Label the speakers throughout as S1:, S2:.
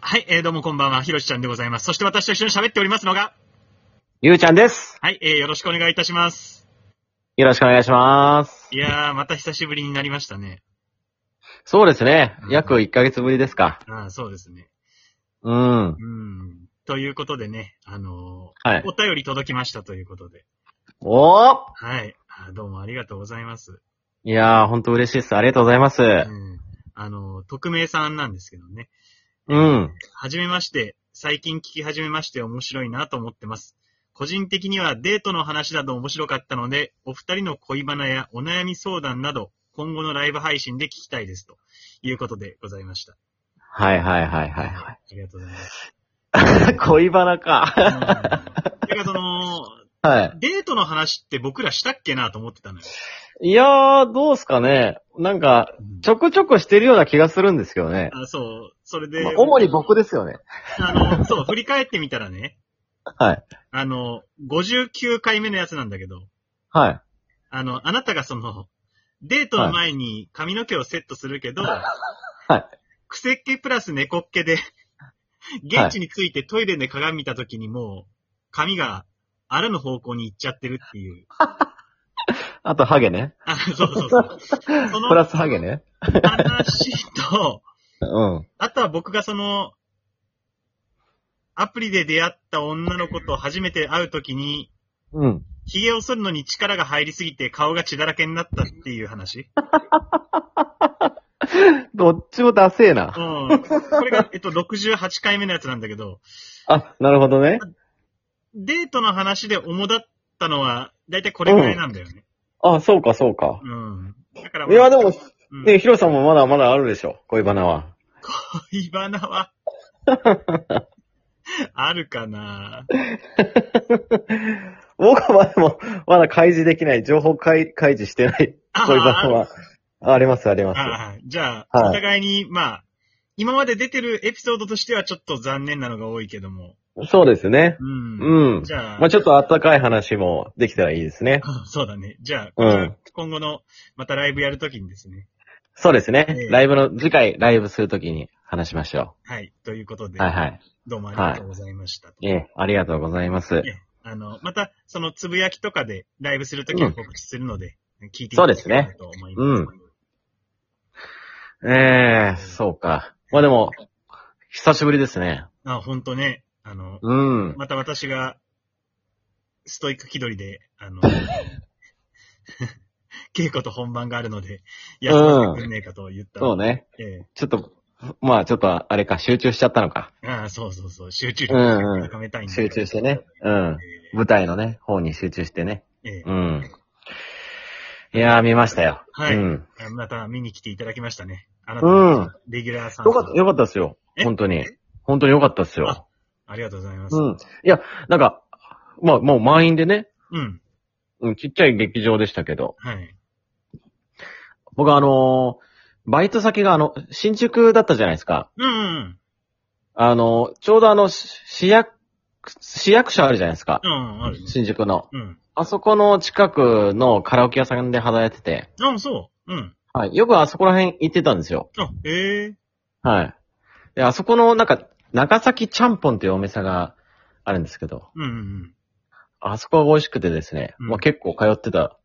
S1: はい、えー、どうもこんばんは、ひろしちゃんでございます。そして私と一緒に喋っておりますのが、
S2: ゆうちゃんです。
S1: はい、えー、よろしくお願いいたします。
S2: よろしくお願いします。
S1: いやー、また久しぶりになりましたね。
S2: そうですね
S1: うん。
S2: 約1ヶ月ぶりですか。
S1: あーそうですね。
S2: うん。
S1: うん。ということでね、あの
S2: は
S1: ー、。
S2: い
S1: お便り届きましたということで。
S2: おー
S1: はい。あーどうもありがとうございます。
S2: いやー、ほんと嬉しいです。ありがとうございます。
S1: うん。あのー、匿名さんなんですけどね。
S2: うん。
S1: はじめまして。最近聞き始めまして面白いなと思ってます。個人的にはデートの話など面白かったので、お二人の恋バナやお悩み相談など、今後のライブ配信で聞きたいです。ということでございました。
S2: はいはいはいはいは
S1: ありがとうございます。
S2: い。 恋バナか。
S1: うんてかその、
S2: は
S1: デートの話って僕らしたっけなと思ってたのよ。
S2: い。いやー、どうすかね。なんか、
S1: うん
S2: ちょくちょくしてるような気がするんですけどね。
S1: あそう。それで、
S2: まあ主に僕ですよね。
S1: あの、そう、振り返ってみたらね、
S2: はい。
S1: あの、59回目のやつなんだけど、
S2: はい。
S1: あの、あなたがその、デートの前に髪の毛をセットするけど、
S2: はい。
S1: くせっ毛プラス猫っ毛で、現地に着いてトイレで鏡見た時にもう、髪があらぬ方向に行っちゃってるっていう。
S2: あと、ハゲね。
S1: あ、そうそうそう。そ
S2: プラ
S1: の
S2: スハゲね。
S1: 話と、
S2: うん。
S1: あとは僕がその、アプリで出会った女の子と初めて会う時に、
S2: うん。
S1: 髭を剃るのに力が入りすぎて顔が血だらけになったっていう話。
S2: どっちもダセーな。
S1: うん。これが、えっと、68回目のやつなんだけど、
S2: あ、なるほどね。
S1: デートの話で主だったのは、だいたいこれぐらいなんだよね。
S2: あ、そうかそうか。
S1: うん。だから、
S2: いや、でも、
S1: うん、
S2: ね、ヒロさんもまだまだあるでしょ、恋バナは。
S1: 恋バナは、あるかな
S2: 僕はまだもう、まだ開示できない、情報開開示してない
S1: あ
S2: 恋バナは、ありますあります。
S1: あじゃあ、
S2: はい
S1: お互いに、まあ、今まで出てるエピソードとしてはちょっと残念なのが多いけども。
S2: そうですね。
S1: うん。
S2: うん。
S1: じゃあ、
S2: まあちょっと温かい話もできたらいいですね。
S1: そうだね。じゃあ、
S2: うん
S1: 今後の、またライブやるときにですね。
S2: そうですね
S1: ええ。
S2: ライブの、次回ライブするときに話しましょ
S1: はい。ということで、
S2: う。はいはい。
S1: どうもありがとうございました。
S2: ええ、ありがとうございます。
S1: えあの、また、そのつぶやきとかでライブするときは告知するので、聞いていただければと思います。
S2: そうですええ、そうか。まあでも、久しぶりですね。
S1: あ、ほんとね、あの、
S2: うん。
S1: また私が、ストイック気取りで、あの、 稽古と本番があるので、休んでくんねえかと言ったら
S2: そうね。
S1: え
S2: ちょっと、まあちょっと、あれか、集中しちゃったのか。
S1: えああ、そうそうそう、集中
S2: うんうん
S1: 力高めたいんで、
S2: 集中してね。うん。舞台のね、方に集中してね。
S1: ええ。ええ
S2: うん。いやー、見ましたよ。
S1: はい
S2: うん。
S1: あまた見に来ていただきましたね。あなた
S2: うん
S1: のレギュラーさん。
S2: よかった、よかったっすよ
S1: え。
S2: 本当に。本当によかったっす
S1: あ
S2: よ。
S1: ありがとうございます。
S2: うん。いや、なんか、まあ、もう満員でね、
S1: うん。
S2: うん、ちっちゃい劇場でしたけど、
S1: はい。
S2: 僕あのーバイト先があの、新宿だったじゃないですか。
S1: うんうん
S2: あのーちょうどあの、し市役、市役所あるじゃないですか
S1: うん。う。ん、あるね。
S2: 新宿の。
S1: うん。
S2: あそこの近くのカラオケ屋さんで働いてて、
S1: あ、そう。うん。
S2: はい。よくあそこら辺行ってたんですよ。
S1: あ、ええ
S2: はい。で、あそこの、なんか、長崎ちゃんぽんっていうお店があるんですけど、
S1: うんうん
S2: あそこが美味しくてですね、
S1: うん
S2: まあ結構通ってた、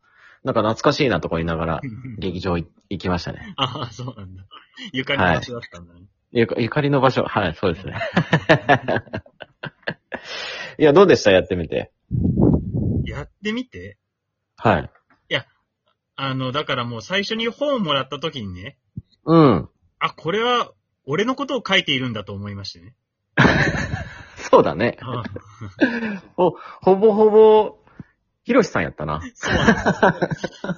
S2: なんか懐かしいなとか言いながら
S1: う、ん。
S2: 劇場い行きましたね。
S1: あ、そうなんだ。ゆかりの場所だったんだね。
S2: ゆかゆかりの場所、はい、そうですね。 いや、どうでしたやってみて。
S1: やってみて。
S2: はい。
S1: あの、だからもう最初に本をもらった時にね、
S2: うん。
S1: あ、これは俺のことを書いているんだと思いましてね。
S2: そうだね。
S1: あ
S2: ほぼほぼ、ひろしさんやったな。
S1: そうなんです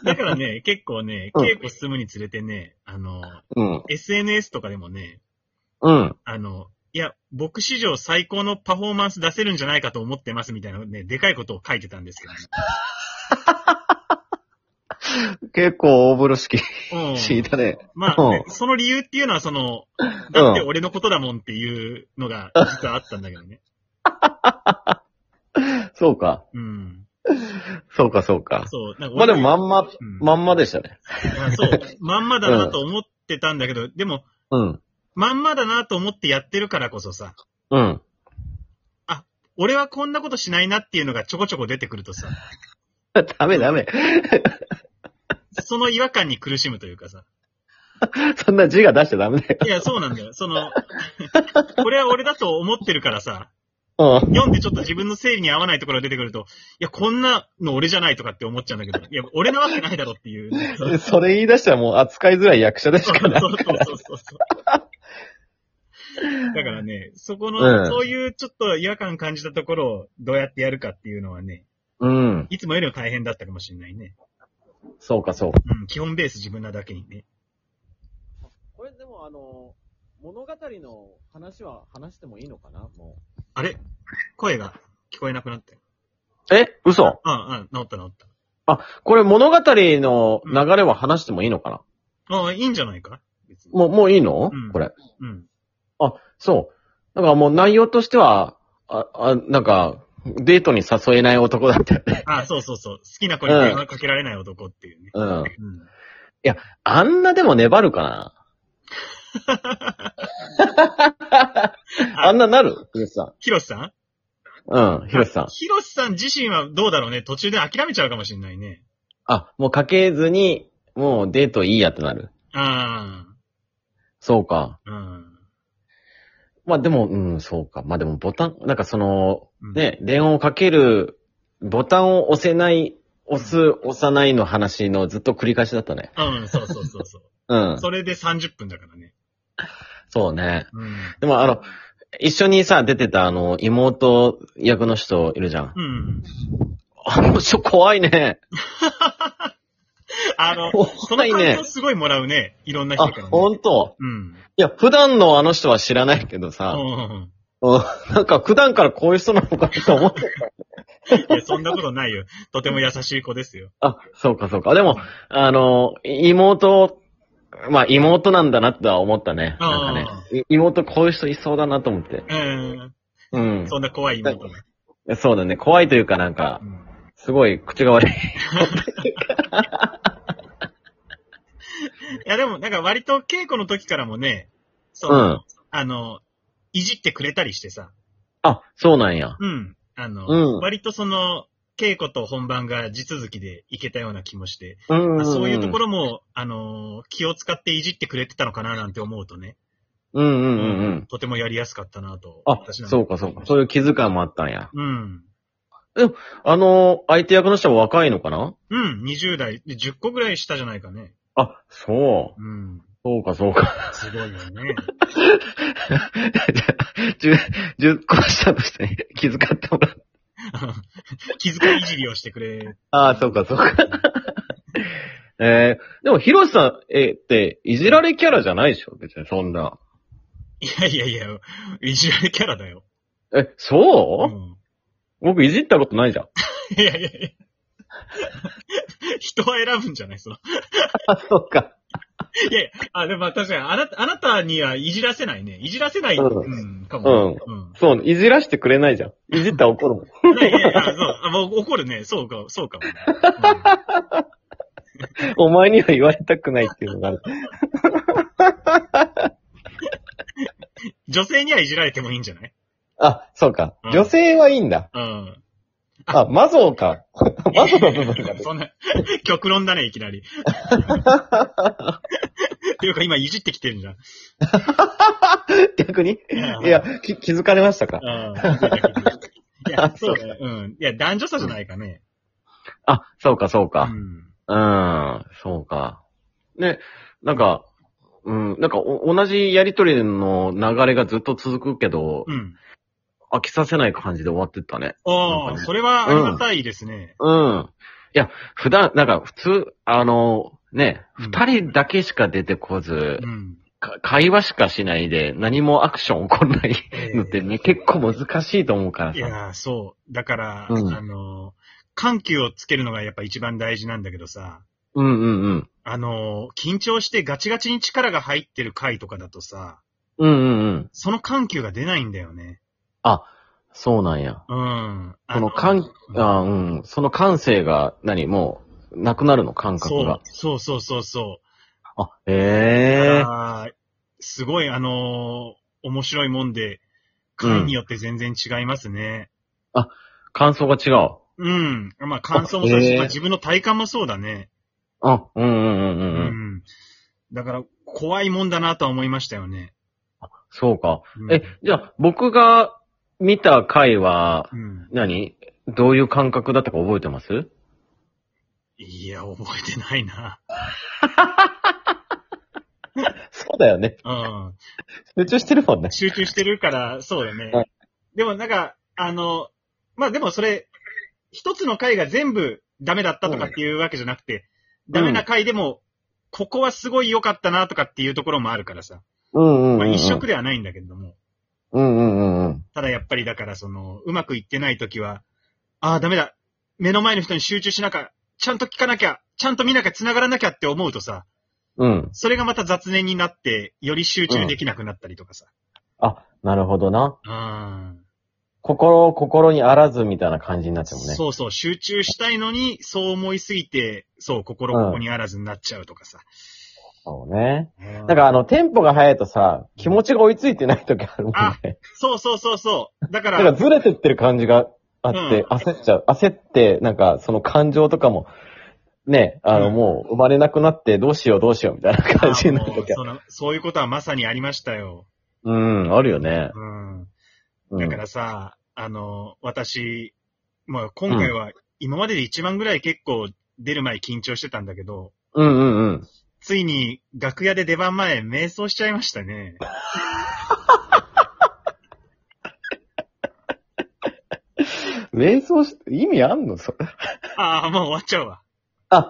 S1: だから ね、結構ね、
S2: うん
S1: 稽古進むにつれてね、あの、
S2: うん。
S1: SNS とかでもね、
S2: うん。
S1: あの、いや、僕史上最高のパフォーマンス出せるんじゃないかと思ってますみたいなね、でかいことを書いてたんですけどね。
S2: 結構大風呂敷
S1: うん
S2: 敷いたね。
S1: まあ、ねその理由っていうのは、そ の、だって俺のことだもんっていうのが、実はあったんだけどね。
S2: そうか。
S1: うん。
S2: そうか、そうか。
S1: そう。なんか
S2: まあでもまんま、
S1: うん
S2: まんまでしたね。
S1: まあそう、まんまだなと思ってたんだけど、でも、
S2: うん。
S1: まんまだなと思ってやってるからこそさ、
S2: うん。
S1: 俺はこんなことしないなっていうのがちょこちょこ出てくるとさ、
S2: ダメダメ。
S1: その違和感に苦しむというかさ。
S2: そんな字が出しちゃダメだよ。
S1: いや、そうなんだよ。そ の、これは俺だと思ってるからさ、
S2: うん。
S1: 読んでちょっと自分の整理に合わないところが出てくると、いや、こんなの俺じゃないとかって思っちゃうんだけど、いや、俺なわけないだろっていう。そう
S2: それ言い出したらもう扱いづらい役者でし
S1: そう
S2: かない。
S1: そうそうそうそう。 だからね、そこの、
S2: うん
S1: そういうちょっと違和感感じたところをどうやってやるかっていうのはね、
S2: うん。
S1: いつもよりも大変だったかもしれないね。
S2: そうか、そう。
S1: うん、基本ベース自分なだけにね。
S3: これでもあの、物語の話は話してもいいのかなも
S1: あれ声が聞こえなくなったよ。
S2: え嘘
S1: うんうん、治った治った。
S2: これ物語の流れは話してもいいのかな、
S1: ああ、いいんじゃないか別に。
S2: もう、もういいの、
S1: うん
S2: これ。
S1: うん。
S2: あ、そう。だからもう内容としては、あ、あ、なんか、デートに誘えない男だったよ ね。
S1: ああ、そうそうそう。好きな子に電話かけられない男っていうね。
S2: うん。
S1: うん。
S2: あんなでも粘るか なあんななるヒロシさん。
S1: ヒロシさん
S2: うん、ヒロシさん。
S1: ヒロシさん自身はどうだろうね。途中で諦めちゃうかもしれないね。
S2: あ、もうかけずに、もうデートいいやってなる。
S1: あ
S2: そうか。
S1: あ、うん。
S2: まあでも、うん、そうか。まあでもボタン、なんかその、
S1: うん
S2: ね、電話をかける、ボタンを押せない、押す、押さないの話のずっと繰り返しだったね。
S1: うん、そうそうそうそう。
S2: うん。
S1: それで30分だからね。
S2: そうね。
S1: うん。
S2: でもあの、一緒にさ、出てたあの、妹役の人いるじゃん。
S1: うん。
S2: あの人怖いね。
S1: あの、その
S2: 怖い
S1: 感
S2: ね
S1: 想。すごいもらうね。いろんな人
S2: あ
S1: から、ね。
S2: ほんと。
S1: うん。
S2: いや、普段のあの人は知らないけど
S1: う
S2: さ、
S1: ん。
S2: うんなんか普段からこういう人なのかなと思って。
S1: いや、そんなことないよ。とても優しい子ですよ。
S2: あ、そうかそうか。でも、あの、妹、まあ妹なんだなっては思ったね。なんかね。い妹こういう人いそうだなと思って。
S1: うん。
S2: うん。
S1: そんな怖い妹ね。
S2: そうだね。怖いというかなんか
S1: う、ん
S2: すごい口が悪い。
S1: いや、でも、なんか割と稽古の時からもね、その、
S2: うん。
S1: あの、いじってくれたりしてさ、
S2: あ、そうなんや。
S1: うん。あの、
S2: うん
S1: 割とその、稽古と本番が地続きでいけたような気もして、
S2: うん
S1: まあそういうところも、あの、気を使っていじってくれてたのかななんて思うとね、
S2: うんうんうんうん。
S1: とてもやりやすかったなと。
S2: あ、
S1: なん
S2: そうかそうか。そういう気遣いもあったんや。
S1: うん。
S2: あの、相手役の人は若いのかな
S1: うん、20代で10個ぐらいしたじゃないかね。
S2: あ、そう。
S1: うん。
S2: そうかそうか。
S1: すごいよね。
S2: じゃあ10、10個下の人に気遣ってもらう。
S1: 気遣いいじりをしてくれ。
S2: ああ、そうかそうか。えー、でも、ヒロシさん、えーって、いじられキャラじゃないでしょ別に、そんな。
S1: いやいやいや、いじられキャラだよ。
S2: え、そうう、
S1: ん
S2: 僕、いじったことないじゃん。
S1: いやいやいや。 人は選ぶんじゃないその。
S2: あ、そうか。
S1: いやいや、あ、でもまあ確かに、あなた、あなたにはいじらせないね。いじらせない、
S2: う
S1: うんん、かも。うん。
S2: そう、いじらしてくれないじゃん。いじったら怒るもん。
S1: いやいやいや、そう、あもう怒るね。そうか、そうかもね、
S2: お前には言われたくないっていうのがある。
S1: うん女性にはいじられてもいいんじゃない
S2: あ、そうか
S1: う。ん
S2: 女性はいいんだ。
S1: うん。
S2: あ、マゾー か。マゾーの部分が出て
S1: そんな、極論だね、いきなり。っていうか今いじってきてるじゃん。
S2: 逆に
S1: うん
S2: いや、き気づかれましたか
S1: うん。いや、そう
S2: そ
S1: だね。うん。いや、男女差じゃないかね。
S2: あ、そうか、そう
S1: う
S2: か。
S1: ん。
S2: うん、そうか。ね、なんか、うん、なんかお、同じやりとりの流れがずっと続くけど、
S1: うん。
S2: 飽きさせない感じで終わってったね。
S1: あ
S2: なん
S1: あ、
S2: かね
S1: それはありがたいですね。
S2: うん。いや、普段、なんか普通、あの、ね、
S1: うん
S2: 二人だけしか出てこず
S1: う、ん。
S2: か会話しかしないで、何もアクション起こらない
S1: え
S2: のってね、結構難しいと思うから
S1: い
S2: さ。
S1: やー、そう。だから、
S2: うん
S1: あのー、緩急をつけるのがやっぱ一番大事なんだけどさ、
S2: うんうんうん。
S1: あのー、緊張してガチガチに力が入ってる回とかだとさ、
S2: うんうんうん。
S1: その緩急が出ないんだよね。
S2: あ、そうなんや。
S1: うん。
S2: この
S1: 感
S2: 感、あうん、その感性が、何、もう、なくなるの、感覚
S1: そう
S2: が。、
S1: そうそうそうそ
S2: あ、
S1: う。
S2: ええ
S1: あーすごい、あのー面白いもんで、回によって全然違いますね。
S2: 感想が違う。
S1: うん。まあ、感想もそうだ
S2: あへ
S1: し、
S2: ー
S1: まあ自分の体感もそうだね。
S2: あ、うんうんうんう。
S1: うん
S2: うん、
S1: ん。だから、怖いもんだなとは思いましたよね。
S2: そうか。
S1: うん
S2: え、じゃあ、僕が見た回は
S1: う、ん。
S2: 何どういう感覚だったか覚えてます
S1: いや、覚えてないな。
S2: そうだよね。
S1: うん。
S2: 集中してるもんね。
S1: 集中してるから、そうだね
S2: は。
S1: でもなんか、あの、まあでもそれ、一つの回が全部ダメだったとかっていうわけじゃなくて、
S2: ん
S1: ダメな回でも、ここはすごい良かったなとかっていうところもあるからさ。
S2: うんうんうん、
S1: ま
S2: う
S1: あ
S2: ん。
S1: 一色ではないんだけれども。
S2: うんうんうんうん。
S1: ただやっぱりだからその、うまくいってない時は、ああ、ダメだ。目の前の人に集中しなきゃ、ちゃんと聞かなきゃ、ちゃんと見なきゃ、繋がらなきゃって思うとさ、
S2: うん。
S1: それがまた雑念になって、より集中できなくなったりとかさ。
S2: あ、なるほどな。
S1: うん。
S2: 心を心にあらずみたいな感じになってもね。
S1: そうそう、集中したいのに、そう思いすぎて、そう、心ここにあらずになっちゃうとかさ。
S2: そうね。
S1: な
S2: なんかあの、テンポが速いとさ、気持ちが追いついてない時あるもんね。
S1: そうそうそうそう。だか、
S2: なんからずれてってる感じがあって、
S1: うん
S2: 焦っちゃう。焦って、なんかその感情とかも、ね、あ
S1: う
S2: の、
S1: ん
S2: もう生まれなくなって、どうしようどうしようみたいな感じになる
S1: もう
S2: 時ある。
S1: そのそういうことはまさにありましたよ。
S2: うん、あるよね。
S1: うん。
S2: うん
S1: だからさ、あの、私、まあ今回は今までで一番ぐらい結構出る前緊張してたんだけど、
S2: うんうんうん。
S1: ついに楽屋で出番前瞑想しちゃいましたね。
S2: 瞑想し、意味あんのそれ。
S1: ああ、もう終わっちゃうわ。